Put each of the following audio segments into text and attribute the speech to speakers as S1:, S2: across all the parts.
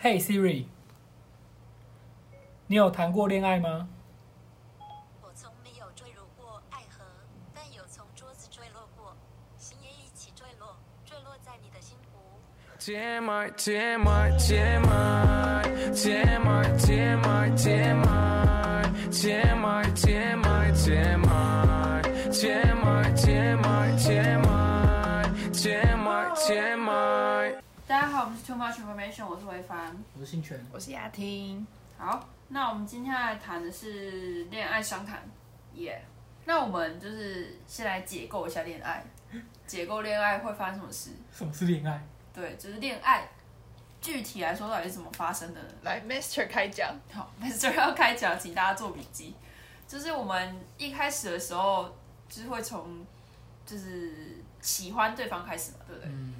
S1: Hey Siri，你有谈过恋爱吗？
S2: 我从没有坠入过爱河，但有从桌子坠落过，心也一起坠落，坠落在你的心湖。
S3: TMI TMI TMI TMI TMI TMI TMI TMI TMI TMI TMI TMI TMI TMI
S4: 大家好，我们是 Too Much Information，我是维凡。
S1: 我是新泉。
S5: 我是雅婷。
S4: 好，那我们今天来谈的是恋爱商谈，耶、那我们就是先来解构一下恋 爱，解构恋爱会发生什么事？
S1: 什么是恋爱？
S4: 对，就是恋爱具体来说到底是怎么发生的呢？
S5: 来，Master 开讲。
S4: 好， 没事要开讲，请大家做笔记。就是我们一开始的时候，就是会从就是喜欢对方开始嘛，对不对？
S1: 嗯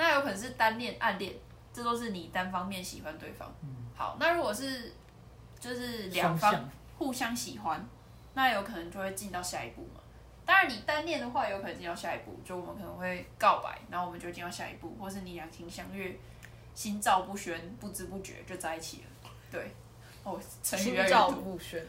S4: 那有可能是单恋、暗恋，这都是你单方面喜欢对方。
S1: 嗯
S4: 好，那如果是就是两
S1: 双
S4: 方
S1: 向
S4: 互相喜欢，那有可能就会进到下一步嘛。当然，你单恋的话，有可能进到下一步，就我们可能会告白，然后我们就进到下一步，或是你两情相悦，心照不宣，不知不觉就在一起了。对，哦，成语
S5: 心
S4: 越来越
S5: 照
S4: 多。
S5: 不宣，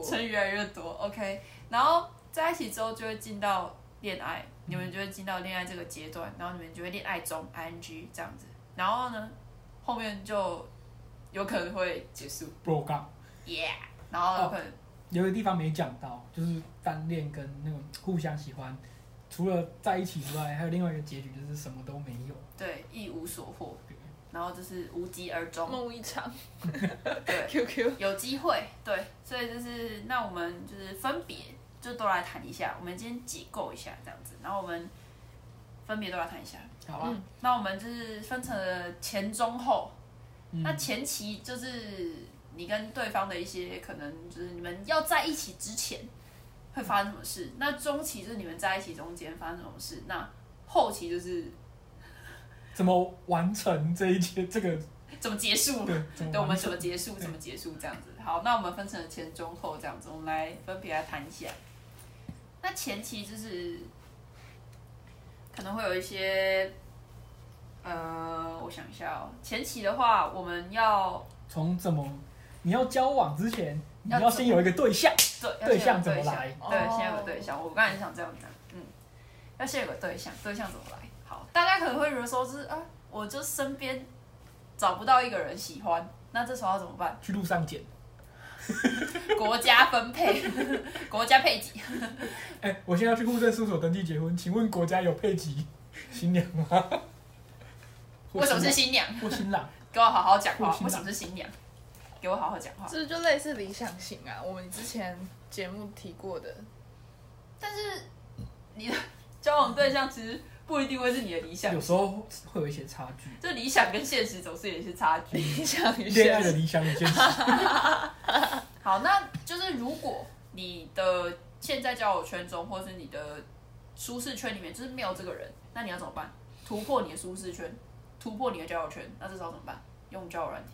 S4: 成语越来越多。OK，然后在一起之后就会进到恋爱，你们就会进到恋爱这个阶段，然后你们就会恋爱中 ing 这样子，然后呢，后面就有可能会结束
S1: broke up，
S4: ，Yeah，然后有可能、
S1: 有个地方没讲到，就是单恋跟那种互相喜欢，除了在一起之外，还有另外一个结局就是什么都没有。
S4: 对一无所获
S1: 对，
S4: 然后就是无疾而终，
S5: 梦一场。
S4: 对。
S5: QQ。
S4: 有机会，对，所以就是那我们就是分别就都来谈一下，我们今天解构一下这样子，然后我们分别都来谈一下，
S1: 好啊，
S4: 那我们就是分成了前中后，
S1: 嗯
S4: 那前期就是你跟对方的一些可能就是你们要在一起之前会发生什么事，那中期就是你们在一起中间发生什么事，那后期就是
S1: 怎么完成这一切？ 这个
S4: 怎么结束，
S1: 对，怎么
S4: 对，我
S1: 嗯完
S4: 们
S1: 成
S4: 怎么结束，怎么结束这样子。好，那我们分成了前中后这样子，我们来分别来谈一下。那前期就是可能会有一些，呃，我想一下哦，前期的话我们要
S1: 从怎么你要交往之前，你
S4: 要
S1: 要先有一个对象，
S4: 对要
S1: 对
S4: 先有
S1: 象
S4: 个
S1: 怎么
S4: 对
S1: 来
S4: 对，
S5: 哦
S4: 先有个对象。我刚才想这样讲，嗯，要先有个对象，对象怎么来？好，大家可能会觉得说，就是啊，我就身边找不到一个人喜欢，那这时候要怎么办？
S1: 去路上捡。
S4: 国家分配， 国家配给。
S1: 哎、我现在要去户政事务所登记结婚，请问国家有配给新娘 吗？
S4: 为什么是新娘？
S1: 或新郎？
S4: 给我好好讲话
S1: 我。新郎
S4: 为什么是新娘？给我好好讲话。
S5: 这就类似理想型啊，我们之前节目提过的。
S4: 但是你的 交往对象其实不一定会是你的理想
S1: 有，时候会有一些差距，
S4: 就理想跟现实总是有一些差距。啊
S5: 理想与
S1: 恋爱的
S5: 现实。
S1: 理想 与现实。
S4: 好，那就是如果你的现在交友圈中，或是你的舒适圈里面，就是没有这个人，那你要怎么办？突破你的舒适圈，突破你的交友圈，那这时候怎么办？用交友软体。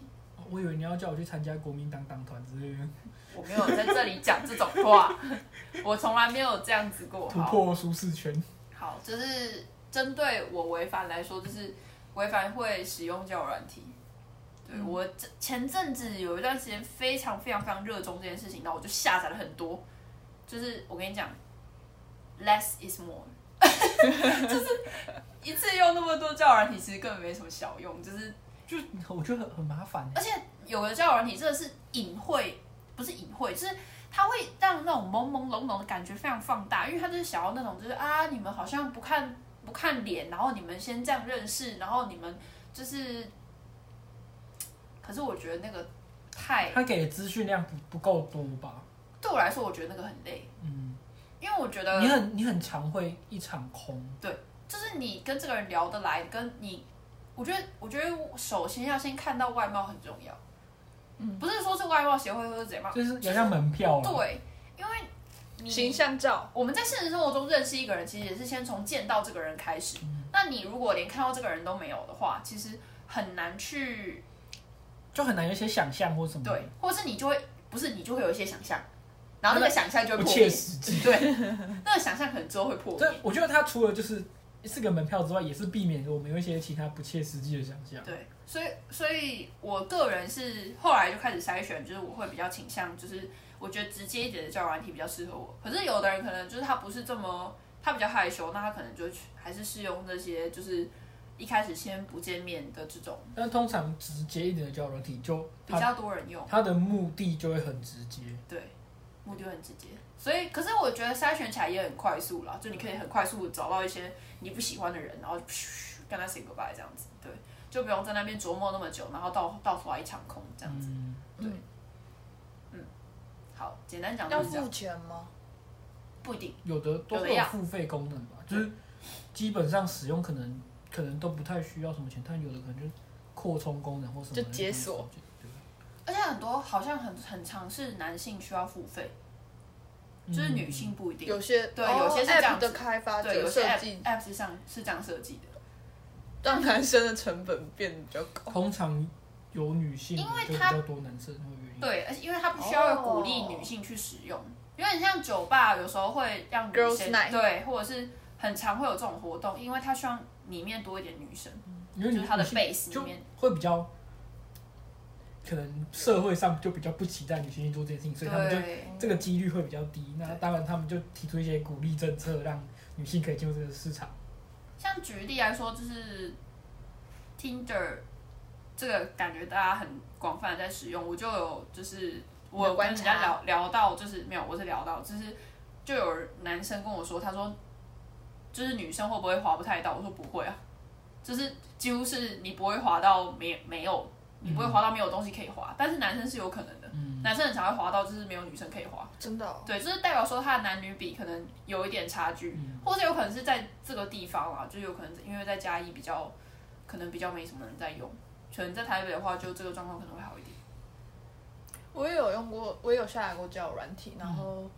S1: 我以为你要叫我去参加国民党党团之类的，
S4: 我没有在这里讲这种话，我从来没有这样子过。
S1: 突
S4: 好。
S1: 破舒适圈。
S4: 好，就是针对我违反来说，就是违反会使用交友软体。对、我这前阵子有一段时间非常非常非常热衷这件事情，然后我就下载了很多。就是我跟你讲，less is more，就是一次用那么多交友软体，其实根本没什么小用。就是
S1: 就我觉得很很麻烦、
S4: 而且有的交友软体真的是隐晦，不是隐晦，就是它会让那种朦朦胧胧的感觉非常放大，因为它就是想要那种就是啊，你们好像不看不看脸，然后你们先这样认识，然后你们就是，可是我觉得那个太
S1: 他给的资讯量不不够多吧？
S4: 对我来说，我觉得那个很累，
S1: 嗯，
S4: 因为我觉得
S1: 你很你很常会一场空，
S4: 就是你跟这个人聊得来，跟你，我觉得，我觉得首先要先看到外貌很重要，
S5: 嗯
S4: 不是说是外貌协会或是怎样，
S1: 就是有像门票了。
S4: 对，因为你
S5: 形象照，
S4: 我们在现实生活中认识一个人，其实也是先从见到这个人开始。那你如果连看到这个人都没有的话，其实很难去
S1: 就很难有一些想象或什么。
S4: 对，，或是你就会不是你就会有一些想象，然后那个想象就
S1: 不
S4: 会破
S1: 切
S4: 灭。
S1: 实际。
S4: 对，那个想象可能之后会破
S1: 这
S4: 灭。
S1: 我觉得他除了就是是个门票之外，也是避免我们有一些其他不切实际的想象。
S4: 对，所以所以我个人是后来就开始筛选，就是我会比较倾向，就是我觉得直接一点的交友软体比较适合我。可是有的人可能就是他不是这么，他比较害羞，那他可能就去还是适用这些，就是一开始先不见面的这种，
S1: 但通常直接一点的交友软体，就
S4: 比
S1: 它
S4: 较多人用。
S1: 它的目的就会很直接。
S4: 对，目的很直接。所以，可是我觉得筛选起来也很快速啦，就你可以很快速地找到一些你不喜欢的人，然后咻跟他 say goodbye 这样子，对，就不用在那边琢磨那么久，然后到到头来一场空这样子。
S1: 嗯，
S4: 好，简单讲
S5: 要
S4: 就是这
S5: 付
S4: 样，
S5: 钱吗？
S4: 不一定。
S1: 有的都
S4: 有
S1: 会
S4: 的
S1: 有
S4: 要
S1: 付费功能吧，就是基本上使用可能可能都不太需要什么钱，但有的可能就扩充功能或什么
S5: 就解锁。
S1: 对
S4: 而且很多好像很很常是男性需要付费，
S1: 嗯
S4: 就是女性不一定。
S5: 有些
S4: 对
S5: 哦
S4: 有些是这样
S5: app
S4: 子
S5: 的开发
S4: 对，有
S5: 者
S4: 些
S5: 设
S4: app
S5: 计
S4: app 是上是这样设计的，
S5: 让男生的成本变得比较高。
S1: 通常有女性的，
S4: 因为
S1: 就比
S4: 它
S1: 较多男生会愿意。
S4: 对，而且因为它不需要鼓励女性去使用，有点像酒吧有时候会让女
S5: Girls'
S4: 生
S5: night
S4: 对，或者是很常会有这种活动，因为它希望里面多一点女生，
S1: 因
S4: 就
S1: 为
S4: 是
S1: 女
S4: 它的
S1: 女性
S4: base 里
S1: 就
S4: 面。
S1: 会比较，可能社会上就比较不期待女性去做这件事情，所以他们就
S4: 对，
S1: 这个几率会比较低。那
S4: 对
S1: 当然，他们就提出一些鼓励政策，让女性可以进入这个市场。
S4: 像举例来说，就是 Tinder 这个感觉大家很广泛的在使用，我就有就是我有跟人家聊聊到，就是没有，我是聊到，就是就有男生跟我说，他说就是女生会不会滑不太到？我说不会啊，就是几乎是你不会滑到没没有，你
S1: 嗯
S4: 不会滑到没有东西可以滑，但是男生是有可能的，男生很常会滑到就是没有女生可以滑。
S5: 真的、哦，
S4: 对，就是代表说他的男女比可能有一点差距，或者有可能是在这个地方啊，就有可能因为在嘉义比较，可能比较没什么人在用，可能在台北的话，就这个状况可能会好一点。
S5: 我也有用过，我也有下载过交友软体，然后，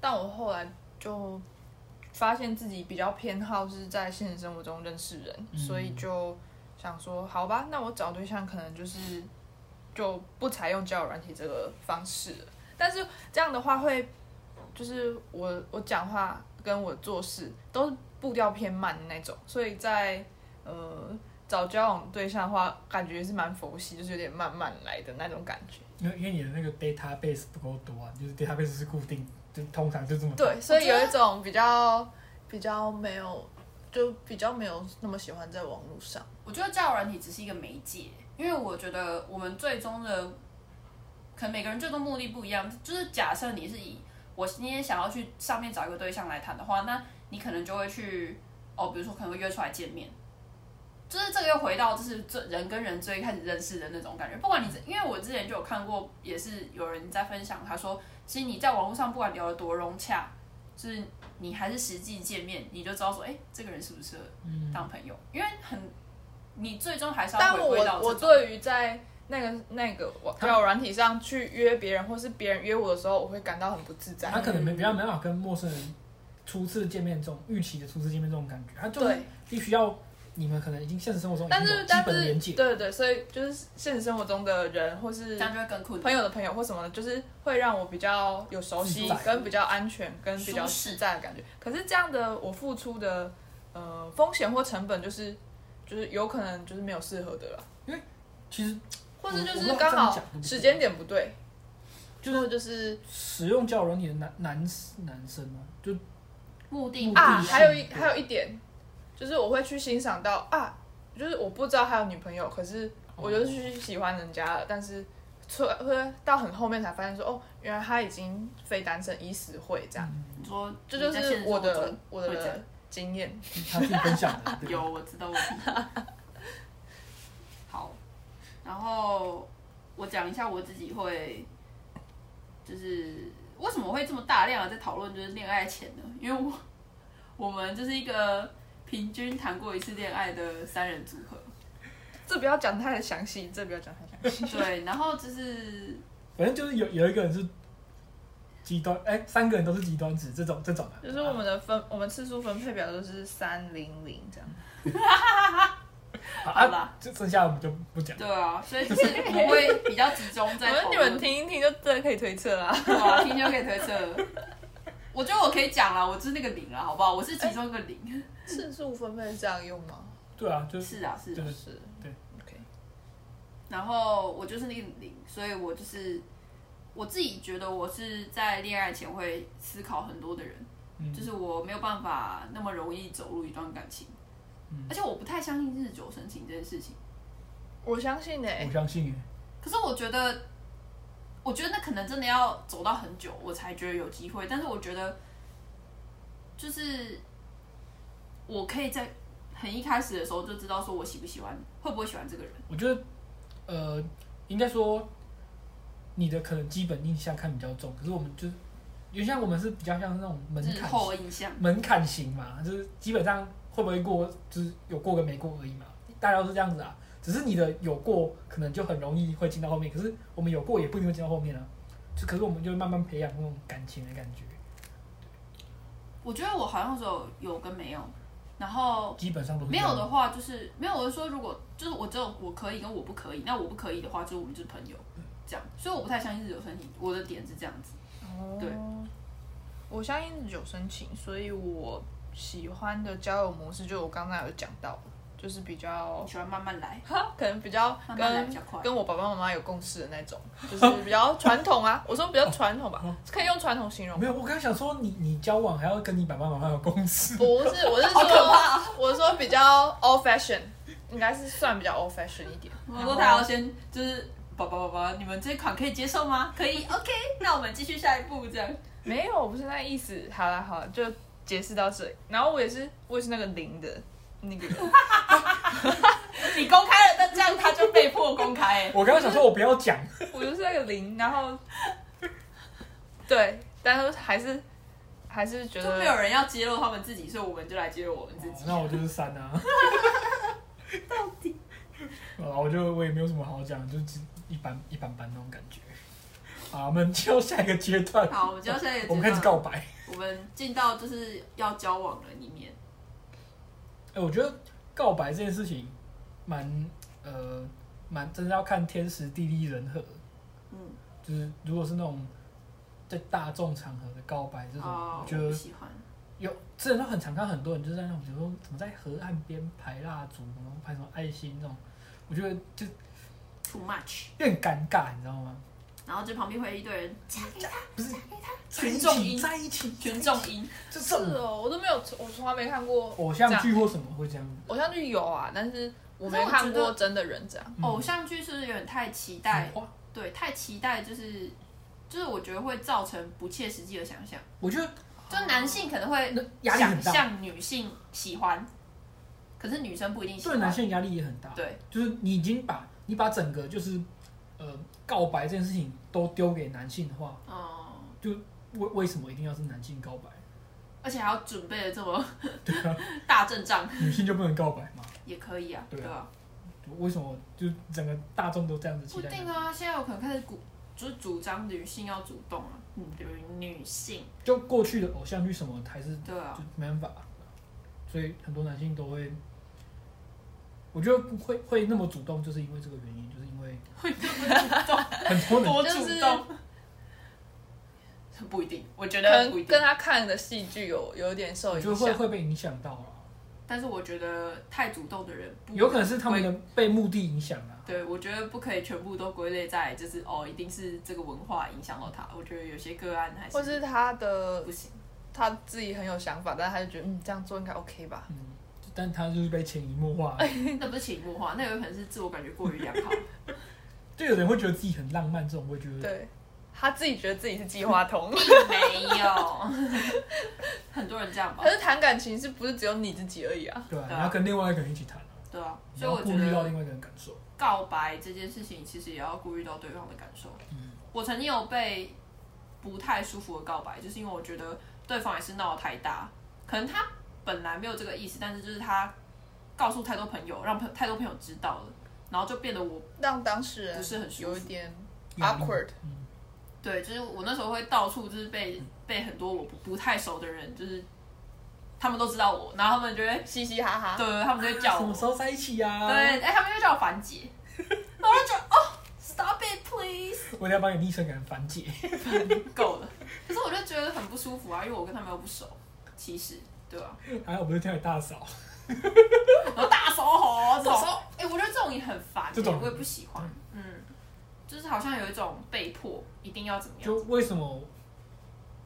S5: 但我后来就发现自己比较偏好是在现实生活中认识人，所以就想说，好吧，那我找对象可能就是就不采用交友软体这个方式了。但是这样的话会，就是我我讲话跟我做事都是步调偏慢的那种，所以在呃找交往对象的话，感觉是蛮佛系，就是有点慢慢来的那种感觉。
S1: 因为因为你的那个 database 不够多啊，就是 database 是固定，就通常就这么多。
S5: 对，所以有一种比较比较没有，就比较没有那么喜欢在网络上。
S4: 我觉得交友软体只是一个媒介，因为我觉得我们最终的，可能每个人最终目的不一样，就是假设你是以我今天想要去上面找一个对象来谈的话，那你可能就会去哦，比如说可能会约出来见面，就是这个又回到就是这人跟人最开始认识的那种感觉。不管你是，因为我之前就有看过，也是有人在分享，他说其实你在网络上不管聊得多融洽，就是你还是实际见面，你就知道说，哎、这个人适不适合当朋友，因为很你最终还是要
S5: 但
S4: 回
S5: 我
S4: 归到这
S5: 我
S4: 种
S5: 对于在那个那个网交友软体上去约别人，或是别人约我的时候，我会感到很不自在。
S1: 他可能没比较没办法跟陌生人初次见面这种预期的初次见面这种感觉，他就是
S5: 对，
S1: 必须要你们可能已经现实生活中已经
S5: 但
S1: 有
S5: 是
S1: 哦基
S5: 但
S1: 本的
S5: 是
S1: 连接。
S5: 对对，所以就是现实生活中的人，或是
S4: 这样就会更困难
S5: 朋。友的朋友或什么的，就是会让我比较有熟
S1: 自
S5: 悉
S1: 在，
S5: 跟比较安全，跟比较
S4: 舒适
S5: 自在的感觉。可是这样的我付出的呃风险或成本，就是就是有可能就是没有适合的了，
S1: 其实
S5: 或者就
S1: 我我不知
S5: 是
S1: 道
S5: 刚
S1: 这
S5: 好
S1: 样讲对不对
S5: 时间点不对，
S1: 就
S5: 或
S1: 是
S5: 者就是
S1: 使用交友软体的男男男生啊，就
S4: 目的不
S5: 啊，
S4: 一样
S5: 还有一
S1: 对
S5: 还有一点，就是我会去欣赏到啊，就是我不知道他有女朋友，可是我就是去喜欢人家了，但是出会到很后面才发现说哦，原来他已经非单身已死会这样。
S4: 你说
S5: 这就
S4: 你在现
S5: 是
S4: 实
S5: 我
S4: 生活
S5: 的
S4: 中
S5: 我
S4: 会这样
S5: 的经验。
S1: 他自己分享的。对
S4: 有，我知道我听过。 好，然后我讲一下我自己会，就是为什么我会这么大量的在讨论就是恋爱前呢？因为我我们就是一个平均谈过一次恋爱的三人组 合，
S5: 这不要讲太详细，这不要讲太详细。
S4: 对，然后就是
S1: 反正就是有有一个人是极端，哎、三个人都是极端值，这种这种啊，
S5: 就是我们的分，我们次数分配表都是三零零这样。
S1: 好
S4: 好啦
S1: 啊，就剩下我们就不讲。
S4: 对啊，所以就是我会比较集中在
S5: 反
S4: 讨
S5: 正
S4: 论
S5: 你们听一听就真的可以推测啦。
S4: 对啊，
S1: 哎
S4: 听就可以推测了。我觉得我可以讲啦，我就是那个零啦，好不好？我是其中一个零。
S5: 次数分配是这样用吗？
S1: 对啊，就是
S4: 是啊，是
S1: 对
S4: 啊。
S5: 是，
S1: 对
S5: ，OK，
S4: 然后我就是那个零，所以我就是我自己觉得我是在恋爱前会思考很多的人，
S1: 嗯
S4: 就是我没有办法那么容易走入一段感情，
S1: 嗯
S4: 而且我不太相信日久生情这件事情。
S5: 我相信欸呢、
S1: 我相信耶，
S4: 可是我觉得，我觉得那可能真的要走到很久，我才觉得有机会。但是我觉得，就是我可以在很一开始的时候就知道说我喜不喜欢，会不会喜欢这个人。
S1: 我觉得呃，应该说你的可能基本印象看比较重，可是我们就是，因为像我们是比较像那种门
S4: 日
S1: 槛
S4: 后印象，
S1: 门槛型嘛，就是基本上会不会过，就是有过跟没过而已嘛，大家都是这样子啊。只是你的有过，可能就很容易会进到后面，可是我们有过也不一定会进到后面啊。就可是我们就会慢慢培养那种感情的感觉，
S4: 我觉得我好像只有有跟没有，然后
S1: 基本上都是
S4: 没
S1: 这样
S4: 有的话就是没有。我是说，如果就是我只有我可以跟我不可以，那我不可以的话，就是我们就是朋友这样。所以我不太相信日久生情，我的点是这样子。
S5: 哦
S4: 对，
S5: 我相信日久生情，所以我喜欢的交友模式，就我刚才有讲到，就是比较
S4: 我喜欢慢慢来，
S5: 可能比较
S4: 慢
S5: 跟
S4: 慢来比较快
S5: 跟我爸爸妈妈有共识的那种，就是比较传统啊。 我说比较传统吧，可以用传 统形容
S1: 没。有，我刚想说你你交往还要跟你爸爸妈妈有共识，
S5: 不是，我是说，我是说比较 old fashion，应该是算比较 old fashion 一点。
S4: 我说他要先就是宝宝宝宝，你们这一款可以接受吗？可以，OK，那我们继续下一步这样。
S5: 没有，不是那意思。好啦好啦，就解释到这里。然后我也是，我也是那个零的那 个人。
S4: 你公开了，但这样他就被迫公开、欸。
S1: 我刚刚想说我不要 讲，
S5: 我就是那个零，然后对，但是还是还是觉
S4: 就
S5: 得
S4: 没有人要揭露他们自己，所以我们就来揭露我们自
S1: 哦
S4: 己。
S1: 那我就是三啊。到底？啊，我就我也没有什么好讲，就是一般一般般那种感觉。好，我们进入下一个阶段。
S4: 好，我们就要下一个阶
S1: 哦
S4: 段
S1: 我们开始告白。哎、
S4: 我们进到就是要交往了里面，
S1: 哎我觉得告白这件事情蛮呃蛮真的要看天时地利人和。
S4: 嗯，
S1: 就是如果是那种在大众场合的告白这种，
S4: 哦
S1: 我，觉
S4: 我不
S1: 得
S4: 喜欢。
S1: 有之前都很常看很多人就是在那种，比如说怎么在河岸边排蜡烛，然后拍什么爱心这种，我觉得就
S4: Too much，
S1: 有点尴尬，你知道吗？
S4: 然后就旁边会有一堆人
S1: 不是
S4: 群众音
S1: 在一起，
S4: 群众音，
S1: 就是这种
S5: 哦，我都没有，我从来没看过
S1: 偶像
S5: 这样，
S1: 剧或什么会这样子。
S5: 偶像剧有啊，但是我没
S4: 可是
S5: 看
S4: 我觉
S5: 过
S4: 得
S5: 真的人这样。
S1: 嗯
S4: 偶像剧是不是有点太期待？
S1: 哇
S4: 对，太期待就是就是我觉得会造成不切实际的想象，
S1: 我觉得
S4: 就男性可能会
S1: 那压力
S4: 想
S1: 很大，
S4: 象女性喜欢，可是女生不一定喜
S1: 对男
S4: 欢。
S1: 性压力也很大。，
S4: 对，
S1: 就是你已经把你把整个就是呃告白这件事情都丢给男性的话，
S4: 哦、
S1: 为为什么一定要是男性 告白？
S4: 而且还要准备的 这么
S1: 啊
S4: 大阵仗，
S1: 女性就不能告白吗？
S4: 也可以啊，
S1: 对
S4: 对
S1: 啊
S4: 吧？
S1: 为什么就整个大众都这样子期
S4: 不一
S1: 待男
S4: 定
S1: 性？
S4: 啊，现在我可能开始鼓，就是主张女性要主动啊，嗯，比如女性，
S1: 就过去的偶像剧什么还是
S4: 对啊
S1: 就，没办法，所以很多男性都会，我觉得会会那么主动，就是因为这个原因，就是因为
S4: 会那么主动。
S1: 很多人
S4: 多
S5: 就是
S4: 主动，不一定，我觉
S5: 可
S4: 得不一定
S5: 能跟。他看的戏剧有有点受
S1: 我觉
S5: 影
S1: 得会
S5: 响，
S1: 会被影响到了，
S4: 但是我觉得太主动的人不，
S1: 有可能是他们的被目的影响啊。
S4: 对我觉得不可以全部都归类在就是哦，一定是这个文化影响到他。我觉得有些个案还
S5: 或
S4: 是
S5: 是他的
S4: 不行。
S5: 他自己很有想法，但是他就觉得嗯这样做应该 OK 吧。
S1: 嗯，但他就是被潜移默化，
S4: 那不是潜移默化，那有可能是自我感觉过于良好。
S1: 就有人会觉得自己很浪漫，这种会觉得
S5: 对，他自己觉得自己是计 划 通。
S4: 没有， 呃很多人这样吧
S5: 可？是谈感情是不是只有你自己而已啊？
S1: 对啊，
S4: 对啊
S1: 你要跟另外一个人一起谈啊，
S4: 对啊，
S1: 你
S4: 所以
S1: 要
S4: 我
S1: 顾
S4: 觉
S1: 虑到
S4: 得
S1: 另外一个人感受。
S4: 告白这件事情其实也要顾虑到对方的感受。
S1: 嗯
S4: 我曾经有被不太舒服的告白，就是因为我觉得对方也是闹得太大，可能他本来没有这个意思，但是就是他告诉太多朋友，让朋太多朋友知道了，然后就变得我
S5: 让当事人
S4: 不是很舒服
S5: 有一点
S1: 压力
S5: awkward。
S1: 嗯，
S4: 对，就是我那时候会到处就是被被很多我不不太熟的人，就是他们都知道我，然后他们就会
S5: 嘻嘻哈哈。
S4: 对，他们就会叫
S1: 什
S4: 我
S1: 么时候在一起啊？
S4: 对，，哎、他们就叫我樊 姐，然后我就觉得哦，Stop it please。
S1: 我一定要把你昵称给人反 解。
S4: 够了。可是我就觉得很不舒服啊，因为我跟他们又不熟，其实对吧、
S1: 还好不是叫你大嫂，
S4: 然后大手吼这种
S5: 大手，
S4: 哎、我觉得这种也很烦、哎
S1: 这种
S4: 我也不喜欢，嗯，就是好像有一种被迫一定要怎么样，
S1: 就为什么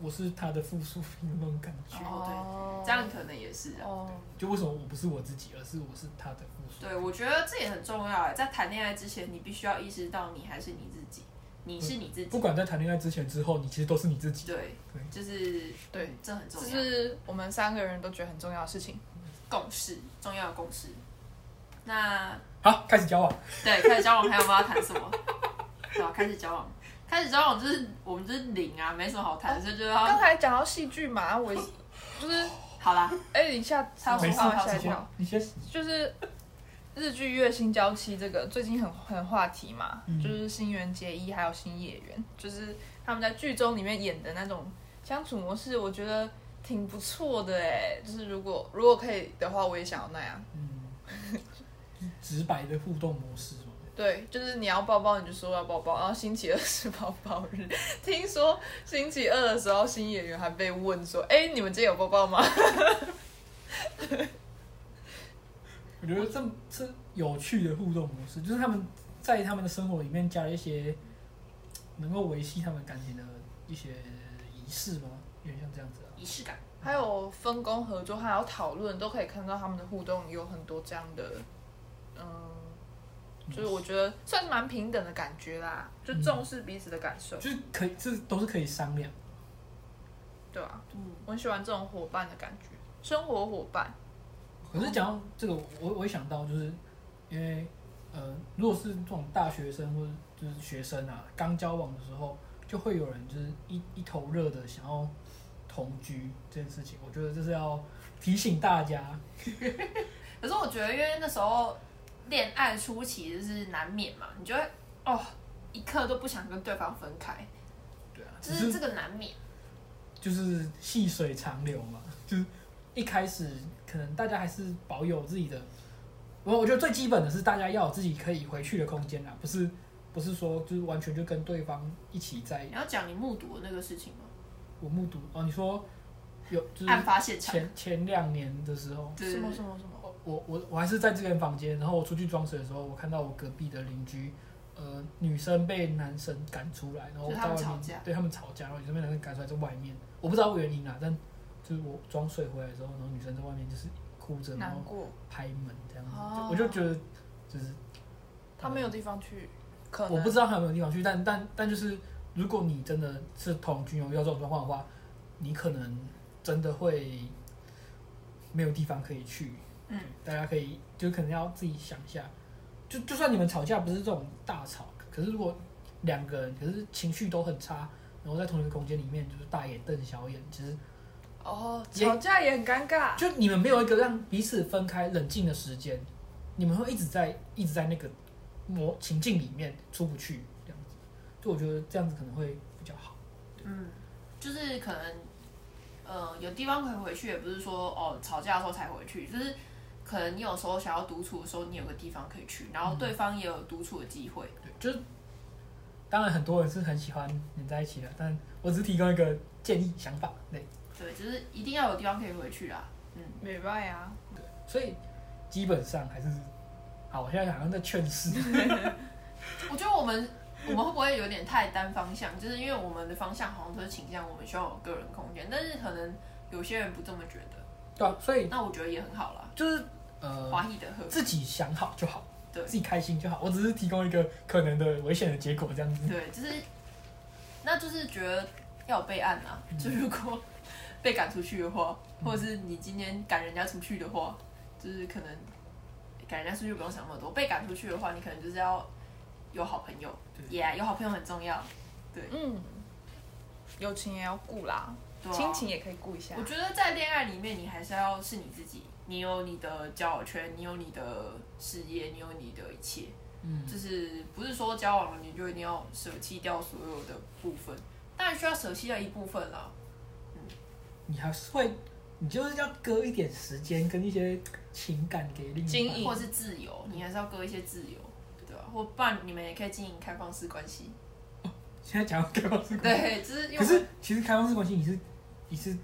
S1: 我是他的附属品那种感觉？
S4: 哦这样可能也是啊。
S5: 哦，
S1: 就为什么我不是我自己，而是我是他的附属？
S4: 对，我觉得这也很重要哎，在谈恋爱之前，你必须要意识到你还是你自己，你是你自己，
S1: 不管在谈恋爱之前之后，你其实都是你自己。
S4: 对
S1: 对，
S4: 就是
S5: 对，
S4: 这很
S5: 这
S4: 重要，
S5: 是我们三个人都觉得很重要的事情。
S4: 共识，重要的共识。那
S1: 好，开始交往。
S4: 对，开始交往还有没有要谈什么？ 对吧、开始交往，开始交往就是我们就是零啊，没什么好谈，所以就
S5: 刚
S4: 要
S5: 才讲到戏剧嘛，我也就是
S4: 好啦，
S5: 哎，你下
S4: 差不多
S5: 我
S1: 没事
S5: 吓我一
S4: 差不
S5: 跳
S4: 多。
S1: 你先，
S5: 就是日剧《月薪娇妻》这个最近很很话题嘛，
S1: 嗯
S5: 就是新垣结衣还有新演员，就是他们在剧中里面演的那种相处模式，我觉得挺不错的哎。就是如果如果可以的话，我也想要那样。
S1: 嗯，直白的互动模式嘛。
S5: 对，就是你要抱抱你就说要抱抱，然后星期二是抱抱日。 听说星期二的时候，新演员还被问说：“哎、你们今天有抱抱吗
S1: 我觉得这是有趣的互动模式，就是他们在他们的生活里面加了一些能够维系他们感情的一些仪式吗？有点像这样子啊。
S4: 仪式感。？”
S5: 还有分工合作，还有讨论，都可以看到他们的互动有很多这样的，嗯，就是我觉得算是蛮平等的感觉啦，就重视彼此的感受，
S1: 就是可以，这都是可以商量。
S5: 对啊，
S4: 嗯，
S5: 我很喜欢这种伙伴的感觉，生活伙伴，
S1: 可是讲到这个，我我一想到就是，因为呃，如果是这种大学生或者就是学生啊，刚交往的时候，就会有人就是一一头热的想要同居这件事情，我觉得这是要提醒大家，
S4: 可是我觉得，因为那时候恋爱初期就是难免嘛，你就会哦，一刻都不想跟对方分开，
S1: 对啊，
S4: 就
S1: 只
S4: 是
S1: 是
S4: 这个难免。
S1: 就是细水长流嘛，就是一开始可能大家还是保有自己的，我我觉得最基本的是大家要有自己可以回去的空间啦，不是不是说就是完全就跟对方一起在
S4: 你要讲你目睹的那个事情吗？
S1: 我目睹哦，你说有就是
S4: 案发现场。
S1: 前前两年的时候，
S4: 对对对
S5: 么什么，
S1: 我我我还是在这间房间，然后我出去装水的时候，我看到我隔壁的邻居，呃，女生被男生赶出来，然后
S4: 就
S1: 我
S4: 是
S1: 在
S4: 他
S1: 外
S4: 们
S1: 面
S4: 吵架
S1: 对他们吵架，然后女生被男生赶出来在外面，我不知道原因啊，但就是我装水回来的时候，然后女生在外面就是哭着，然
S5: 难
S1: 后
S5: 过，
S1: 拍门这样子，
S5: 哦
S1: 就我就觉得就是
S5: 他没有地方去，可能
S1: 我不知道他有没有地方去，但但但就是，如果你真的是同居有遇到这种状况的话，你可能真的会没有地方可以去。
S4: 嗯，
S1: 大家可以就可能要自己想一下，就就算你们吵架不是这种大吵，可是如果两个人可是情绪都很差，然后在同一个空间里面就是大眼瞪小眼，其实
S5: 哦，
S1: 也
S5: 吵架也很尴尬，
S1: 就你们没有一个让彼此分开冷静的时间，你们会一直在一直在那个模情境里面出不去，这样子。就我觉得这样子可能会比较好。
S4: 嗯，就是可能，呃，有地方可以回去，也不是说哦吵架的时候才回去，就是可能你有时候想要独处的时候，你有个地方可以去，然后对方也有独处的机会。
S1: 对，就是当然很多人是很喜欢黏在一起的，但我只是提供一个建议想法。对，
S4: 对，就是一定要有地方可以回去啦。
S5: 没办法啊，
S1: 所以基本上还是好。我现在好像在劝世，
S4: 我觉得我们我们会不会有点太单方向？就是因为我们的方向好像都是倾向我们希望有个人空间，但是可能有些人不这么觉得，
S1: 对啊，所以
S4: 那我觉得也很好啦，
S1: 就是呃，
S4: 华裔的呵。
S1: 自己想好就好，嗯
S4: 对
S1: 自己开心就好。我只是提供一个可能的危险的结果这样子。
S4: 对，就是，那就是觉得要有备案啊。就如果 被赶出去的话，或者是你今天赶人家出去的话，就是可能赶人家出去不用想那么多，被赶出去的话，你可能就是要有好朋友，
S1: 对
S4: 也、有好朋友很重要，
S5: 嗯，友情也要顾啦，
S4: 对、啊，
S5: 亲情。也可以顾一下
S4: 我，觉得在恋爱里面，你还是要是你自己，你有你的交友圈，你有你的事业，你有你的一切，
S1: 嗯
S4: 就是不是说交往了你就一定要舍弃掉所有的部分，当然需要舍弃掉一部分啦。
S1: 你还是会，你就是要割一点时间跟一些情感给另一半
S5: 经营
S4: 或者是自由，你还是要割一些自由，对吧、或不然你们也可以经营开放式关系。
S1: 现在讲到开放式关系，
S4: 对，就是因
S1: 嗯可
S4: 为
S1: 是其实开放式关系你是你是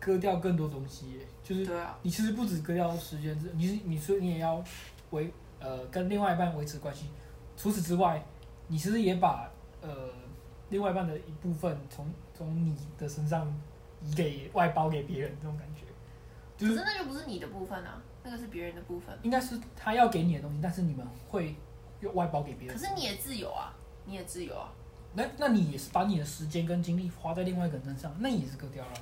S1: 割掉更多东西耶，就是
S4: 对啊，
S1: 你其实不止割掉时间，你是你说你也要维呃跟另外一半维持关系。除此之外，你其实也把呃另外一半的一部分从从你的身上移给外包给别人，这种感觉，
S4: 可
S1: 就是
S4: 是那就不是你的部分啊，那个是别人的部分。
S1: 应该是他要给你的东西，但是你们会又外包给别人。
S4: 可是你也自由啊，你也自由啊，
S1: 那那你也是把你的时间跟精力花在另外一个人身上，那也是割掉了。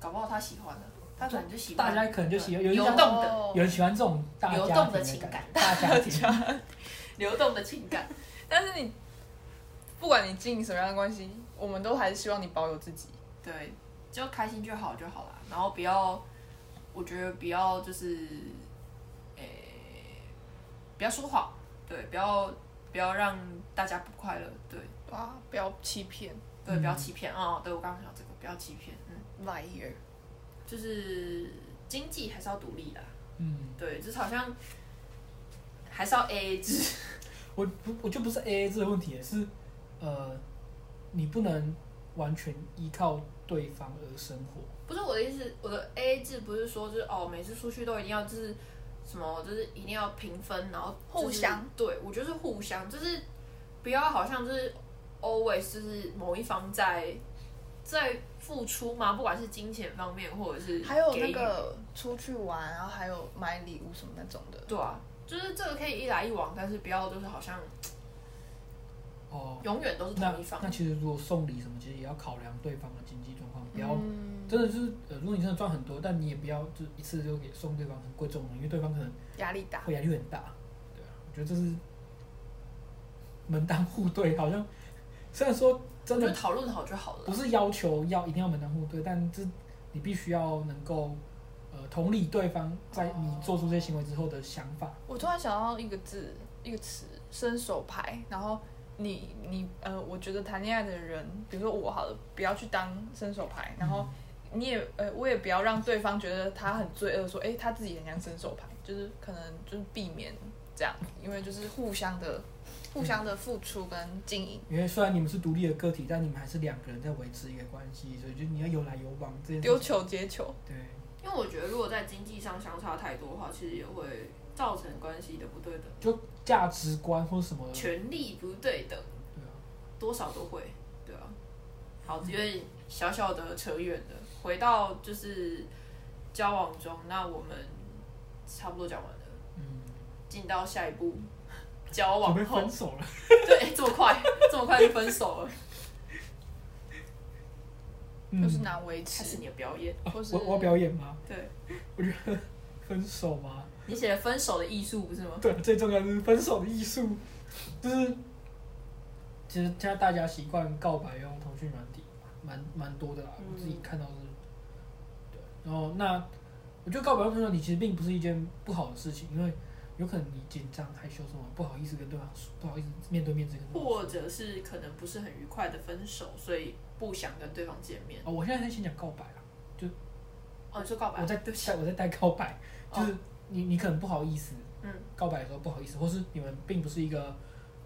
S4: 搞不好他喜欢的，他可能就喜
S1: 大
S4: 欢
S1: 家可能就喜欢有一
S4: 流
S1: 种哦
S4: 动的
S1: 有人喜欢这种大家庭
S4: 哦流动的情感
S1: 感，大家庭。
S4: 流动的情感。
S5: 但是你不管你经营什么样的关系，我们都还是希望你保有自己。
S4: 对，就开心就好就好啦。然后不要，我觉得不要就是，诶、不要说谎，对，不要不要让大家不快乐，对
S5: 哇，不要欺骗
S4: 对，不要
S1: 嗯
S4: 欺骗啊、哦对我刚刚想到这个，不要欺骗，嗯，
S5: ，liar。
S4: 就是经济还是要独立的，
S1: 嗯，
S4: 对，就是好像还是要 A A 制，
S1: 我不我就不是 A A 制的问题，是呃，你不能完全依靠对方而生活。
S4: 不是我的意思，我的 A A 制不是说就是哦，每次出去都一定要就是什么，就是一定要平分，然后、就是
S5: 互相
S4: 对我就是互相，就是不要好像就是 always 就是某一方在在付出嘛，不管是金钱方面或者是
S5: 还有
S4: 给
S5: 那
S4: 予
S5: 个出去玩，然后还有买礼物什么那种的，
S4: 对啊，就是这个可以一来一往，但是不要就是好像
S1: 哦，
S4: 永远都是
S1: 那
S4: 同一方
S1: 那。其实如果送礼什么，其实也要考量对方的经济状况，不要、
S5: 嗯，
S1: 真的就是呃，如果你真的赚很多，但你也不要就一次就给送对方很贵重的，因为对方可能
S5: 压力大。
S1: 会压力很大。对啊，我觉得这是门当户对，好像虽然说真
S4: 我觉
S1: 的
S4: 得讨论好就好了
S1: 不。是要求要一定要门当户对，但这你必须要能够呃同理对方在
S4: 哦
S1: 你做出这些行为之后的想法。
S5: 我突然想到一个字，一个词，伸手牌。然后你你呃，我觉得谈恋爱的人，比如说我好了，不要去当伸手牌，
S1: 嗯
S5: 然后你也呃，我也不要让对方觉得他很罪恶，说诶，他自己很像伸手牌，就是可能就是避免这样，因为就是互相的互相的付出跟经营，
S1: 因为虽然你们是独立的个体，但你们还是两个人在维持一个关系，所以就你要有来有往这件
S5: 丢
S1: 事情。
S5: 球接球。
S1: 对，
S4: 因为我觉得如果在经济上相差太多的话，其实也会造成关系的不对等，
S1: 就价值观或什么，对
S4: 权力不对等。
S1: 啊，
S4: 多少都会，对啊。好，有点小小的扯远了，回到就是交往中，那我们差不多讲完了，
S1: 嗯，
S4: 进到下一步 交
S1: 准
S4: 往
S1: 备
S4: 后
S1: 分，手了。
S4: 对，这么快，这么快就分手了，
S5: 就
S1: 嗯
S5: 是拿维
S4: 开始
S5: 持，
S4: 你的表演。
S1: 啊
S5: 或是
S1: 我我要表演吗？
S4: 对，
S1: 我觉得分手吗？
S4: 你写的《分手的艺术》不是吗？
S1: 对，最重要就是分手的艺术，就是其实现在大家习惯告白用通讯软体，蛮蛮多的啦，
S4: 嗯
S1: 我自己看到是。对，然后那我觉得告白用通讯软体其实并不是一件不好的事情，因为有可能你紧张、害羞什么，不好意思跟对方说，不好意思面对面这个。
S4: 或者是可能不是很愉快的分手，所以不想跟对方见面。
S1: 哦，我现在在先讲告白啦，
S4: 哦，你说告白？
S1: 我在
S4: 对不起
S1: 在，我在带告白，
S4: 哦
S1: 就是你你可能不好意思，
S4: 嗯，
S1: 告白的时候不好意思，或是你们并不是一个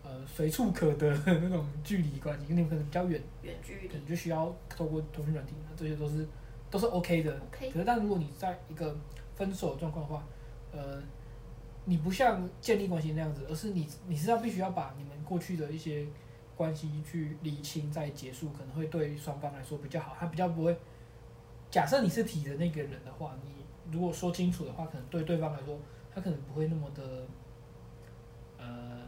S1: 呃随处可得的那种距离关系，因为你们可能比较远，
S4: 远距
S1: 可
S4: 离
S1: 能就需要透过通讯软体，那这些都是都是 OK 的。
S4: ，OK，
S1: 可是，但如果你在一个分手的状况的话，呃，你不像建立关系那样子，而是你你是要必须要把你们过去的一些关系去理清再结束，可能会对双方来说比较好，他比较不会。假设你是提的那个人的话，你如果说清楚的话，可能对对方来说，他可能不会那么的，呃，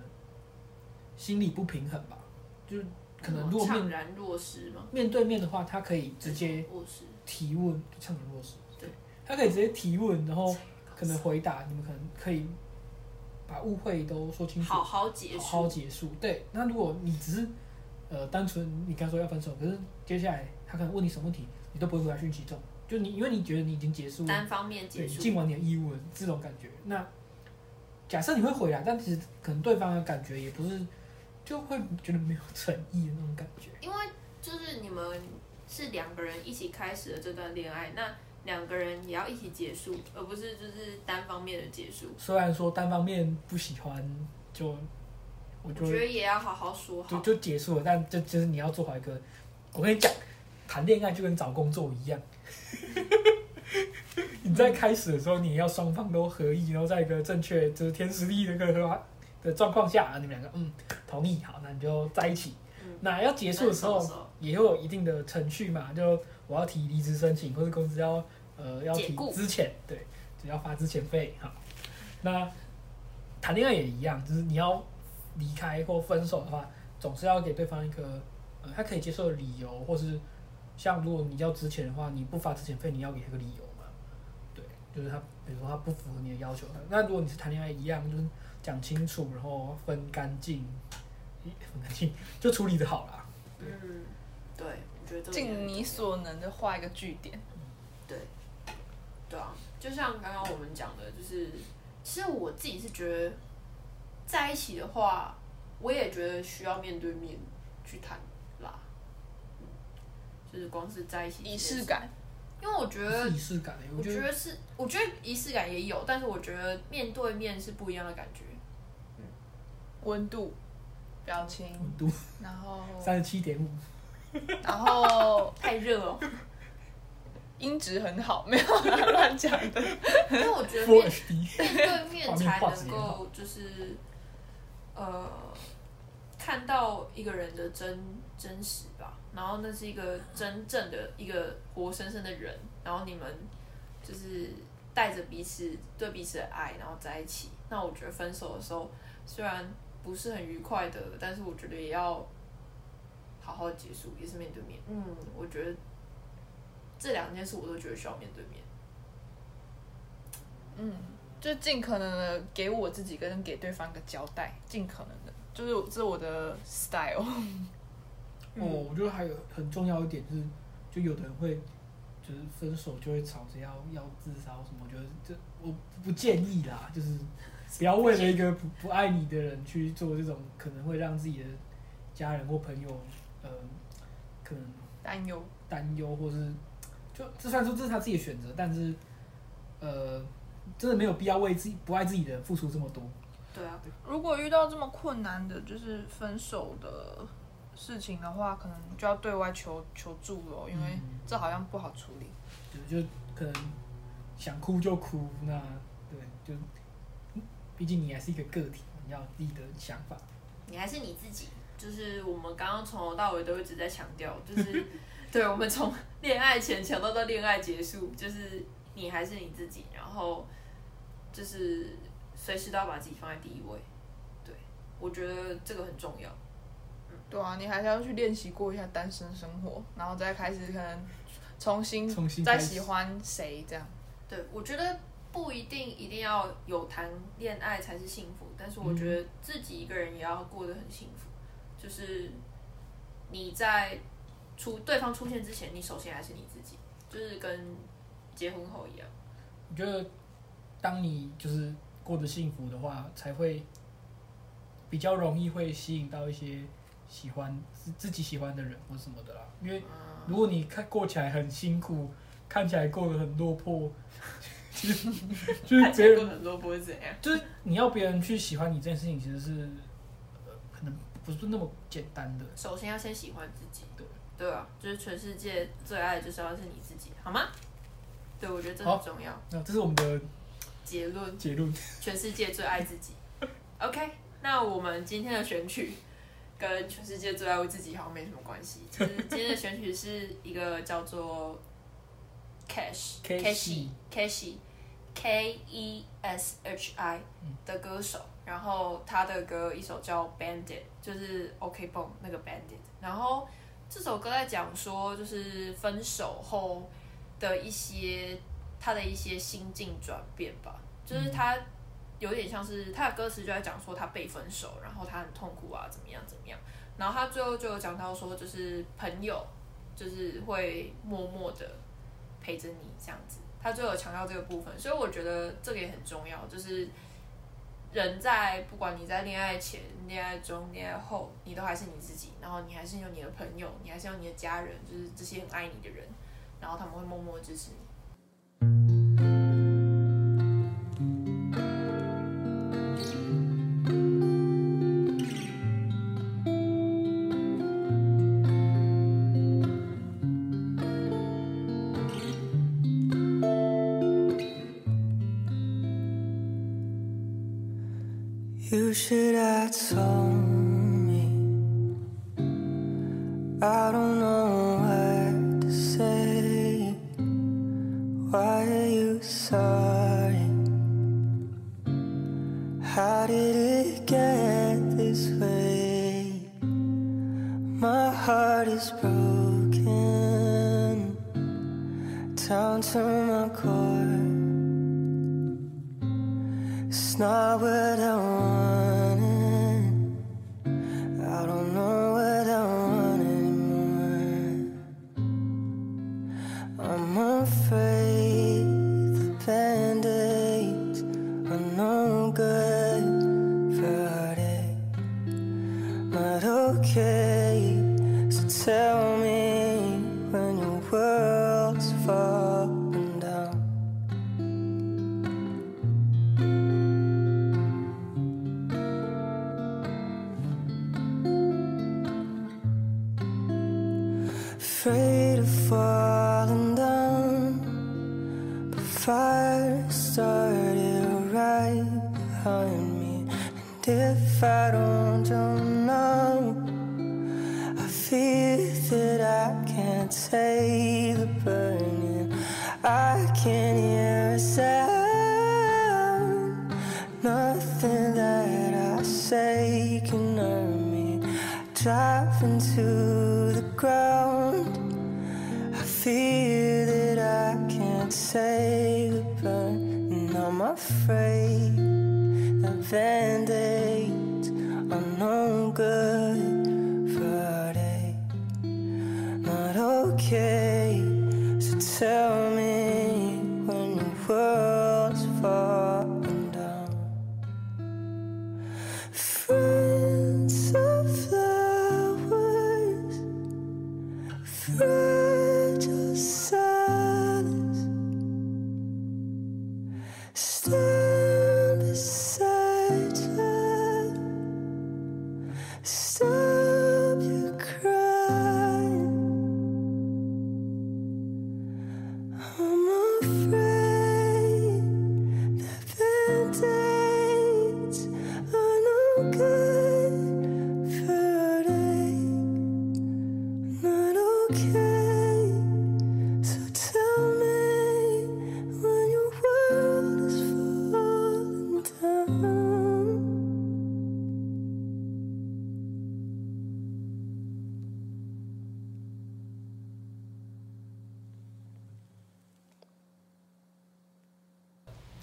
S1: 心理不平衡吧。就是可能如果
S4: 哦怅
S1: 面
S4: 然若失吗？哦
S1: 面对面的话，他可以直接
S4: 若失，
S1: 提问，怅然若失。
S4: 对，
S1: 他可以直接提问，然后可能回答，你们可能可以把误会都说清楚，
S4: 好好结束，
S1: 好好结束。对，那如果你只是呃单纯你刚说要分手，可是接下来他可能问你什么问题，你都不会回答讯息中，就你因为你觉得你已经结束了，
S4: 单方面
S1: 对，
S4: 结
S1: 你
S4: 束，
S1: 尽完你的义务了这种感觉。那假设你会回来，但其实可能对方的感觉也不是，就会觉得没有诚意的那种感觉。
S4: 因为就是你们是两个人一起开始的这段恋爱，那两个人也要一起结束，而不是就是单方面的结束。
S1: 虽然说单方面不喜欢，就我
S4: 我
S1: 就
S4: 觉得也要好好说
S1: 就
S4: 好，
S1: 就结束了，但就就是你要做好一个，我跟你讲，谈恋爱就跟找工作一样， 你
S4: 嗯
S1: 在开始的时候，你也要双方都合意，然后在一个正确就是天时地利的一个合法的状况下，你们两个嗯同意，好，那你就在一起。
S4: 嗯
S1: 那要结束的时
S4: 分手
S1: 候，也会有一定的程序嘛，就我要提离职申请，或者公司要呃要
S4: 解
S1: 提
S4: 雇
S1: 资遣，对，就要发资遣费哈。那谈恋爱也一样，就是你要离开或分手的话，总是要给对方一个呃他可以接受的理由，或是像如果你要之前的话，你不发之前费，你要给他个理由嘛？对，就是他，比如说他不符合你的要求，那如果你是谈恋爱一样，就是讲清楚，然后分干净，咦分干净就处理的好啦。
S4: 嗯，对，我觉得这个也
S5: 尽
S4: 很
S5: 你所能的画一个句点。
S4: 对，对啊，就像刚刚我们讲的，就是其实我自己是觉得在一起的话，我也觉得需要面对面去谈啦。嗯，就是光是在一起
S5: 仪式，感，
S4: 因为我觉
S1: 是
S4: 得
S1: 仪式感欸，
S4: 我
S1: 我觉
S4: 觉
S1: 得
S4: 得是，我觉得仪式感也有，但是我觉得面对面是不一样的感觉。
S5: 温度，表情，
S1: 温度
S5: 然后
S1: 三十七点五，
S5: 然后
S4: 太热哦了，
S5: 音质很好，没有啦乱讲的。
S4: 因为嗯我觉 得
S1: Full
S4: 面
S1: HD，
S4: 面对面才
S1: 画面画质
S4: 能
S1: 也好
S4: 够就是呃看到一个人的真真实吧，然后那是一个真正的一个活生生的人，然后你们就是带着彼此对彼此的爱，然后在一起。那我觉得分手的时候虽然不是很愉快的，但是我觉得也要好好结束，也是面对面。嗯，我觉得这两件事我都觉得需要面对面。
S5: 嗯， 就尽可能的给我自己跟给对方一个交代，尽可能的，就是这是我的 style。
S1: 哦，我觉得还有很重要一点是，就有的人会就是分手就会吵着要要自杀或什么，我觉得这我不建议啦，就是不要为了一个不不爱你的人去做这种可能会让自己的家人或朋友，呃，可能
S5: 担忧，
S1: 担忧，或是就这虽然说这是他自己的选择，但是呃，真的没有必要为自己不爱自己的人付出这么多。
S4: 对啊，
S5: 如果遇到这么困难的，就是分手的事情的话，可能就要对外求求助了，因为
S1: 嗯
S5: 这好像不好处理。
S1: 对，就可能想哭就哭，那对，就毕竟你还是一个个体，你要有自己的想法。
S4: 你还是你自己。就是我们刚刚从头到尾都一直在强调，就是 对我们从恋爱前强调到恋爱结束，就是你还是你自己，然后就是随时都要把自己放在第一位。对，我觉得这个很重要。
S5: 对啊，你还是要去练习过一下单身生活，然后再开始可能重新
S1: 重新
S5: 再
S1: 开始
S5: 喜欢谁这样。
S4: 对，我觉得不一定一定要有谈恋爱才是幸福，但是我觉得自己一个人也要过得很幸福。就是你在出对方出现之前，你首先还是你自己，就是跟结婚后一样。
S1: 我觉得，当你就是过得幸福的话，才会比较容易会吸引到一些喜欢自自己喜欢的人或什么的啦。因
S4: 啊
S1: 为如果你看过起来很辛苦，看起来过得很落魄，就
S4: 看
S1: 是
S4: 起
S1: 别
S4: 来过
S1: 人
S4: 很多不会怎样。
S1: 就是你要别人去喜欢你这件事情，其实是、呃、可能不是那么简单的。
S4: 首先要先喜欢自己。
S1: 对，
S4: 对啊，就是全世界最爱的就是要是你自己，好吗？对，我觉得这
S1: 好
S4: 很重要。
S1: 那这是我们的
S4: 结论。
S1: 结论。
S4: 全世界最爱自己。OK，那我们今天的选曲跟全世界最爱自己好像没什么关系。就是今天的选曲是一个叫做 Cash
S1: Cashy
S4: Cashy K E S H I 的歌手，然后他的歌一首叫 Bandit，就是 OK 蹦那个 Bandit，然后这首歌在讲说就是分手后的一些他的一些心境转变吧，就是他有点像是他的歌词就在讲说他被分手，然后他很痛苦啊，怎么样怎么样，然后他最后就有讲到说就是朋友就是会默默的陪着你这样子，他最后有强调这个部分，所以我觉得这个也很重要，就是人在不管你在恋爱前、恋爱中、恋爱后，你都还是你自己，然后你还是有你的朋友，你还是有你的家人，就是这些很爱你的人，然后他们会默默地支持你。
S6: 我
S3: You should have told me. I don't know what to say. Why are you sorry? How did it get this way? My heart is broken down to my core. It's not what I wanted. I don't know what I want anymore. I'm afraid the band-aids are no good for heartache. Not okay, so tell me when your world's falling down. afraid of falling down. But fire started right behind me. And if I don't jump now, I fear that I can't take the burning. I can't hear a sound. Nothing that I say can hurt me. Drop into the ground. I fear that I can't save the burn. I'm afraid that band aids are no good for heartache. Not okay, so tell me when the world's falling down. Friends of flowers, fragile silence. Stand beside her. Stop your crying. I'm afraid Band-aids are no good for heartache. Not okay. So tell me when your world is falling down.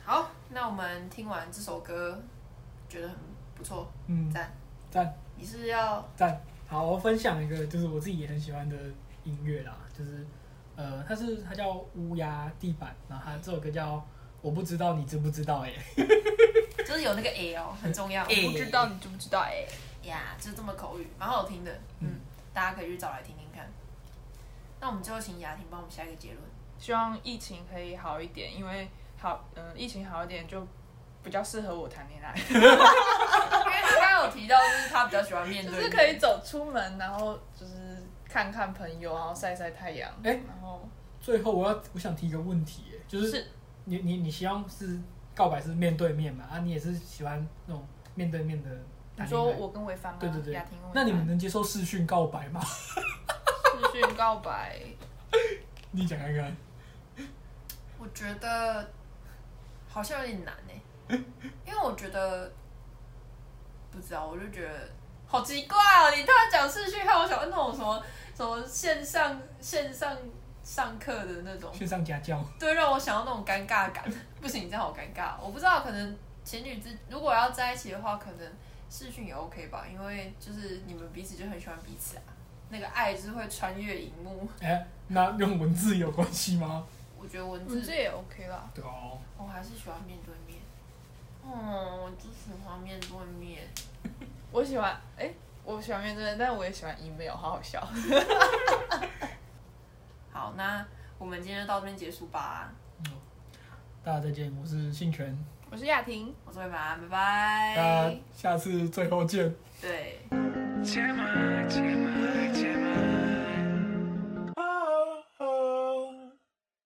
S4: 好，那我们听完这首歌，觉得很不错，
S1: 嗯，
S4: 赞
S1: 赞。
S4: 你是要
S1: 赞，好，我分享一个就是我自己也很喜欢的音乐啦，就是呃，它是它叫乌鸦地板，然后它这首歌叫我不知道你知不知道哎、
S4: 就是有那个 A 哦，很重要。
S5: 不知道你知不知道？哎，
S4: 呀，就是这么口语，蛮好听的，嗯，大家可以去找来听听看。那我们最后请雅婷帮我们下一个 结论。
S5: 希望疫情可以好一点，因为好，嗯、疫情好一点就比较适合我谈恋爱，
S4: 因为他刚刚有提到，就是他比较喜欢面
S5: 就
S4: 对，
S5: 是可以走出门，然后就是看看朋友，然后晒晒太阳，
S1: 哎
S5: 然后
S1: 最后我要我想提一个问题、欸，就是
S5: 是
S1: 你你你希望是告白是面对面嘛？啊，你也是喜欢那种面对面的
S5: 你
S1: 谈
S5: 说
S1: 恋爱？
S5: 我跟潍坊吗？
S1: 对对对
S5: 雅婷跟潍坊，
S1: 那你们能接受视讯告白吗？
S5: 视讯告白，
S1: 你讲看看。
S4: 我觉得好像有点难呢、因为我觉得不知道，我就觉得好奇怪哦。你突然讲视讯，害我想到那种什么什么线上线上上课的那种，
S1: 线上家教，
S4: 对，让我想到那种尴尬感。 不行，你这样好尴尬。哦我不知道，可能情侣之如果要在一起的话，可能视讯也 OK 吧，因为就是你们彼此就很喜欢彼此啊，那个爱就是会穿越荧幕。
S1: 哎、那用文字有关系吗？
S4: 我觉得文
S5: 你
S4: 字
S5: 嗯这也 OK 啦。
S1: 对哦，
S4: 我还是喜欢面对面。嗯，我就喜欢面对面。
S5: 我喜欢，哎、我喜欢面对面，但我也喜欢 email，好好笑。
S4: 好，那我们今天就到这边结束吧。
S1: 大家再见，我是信全，
S5: 我是雅婷。
S4: 我是伟马，
S1: 大
S4: 拜
S1: 家
S4: 拜。
S1: 下次最后见。
S4: 对。
S3: Dear my, dear my.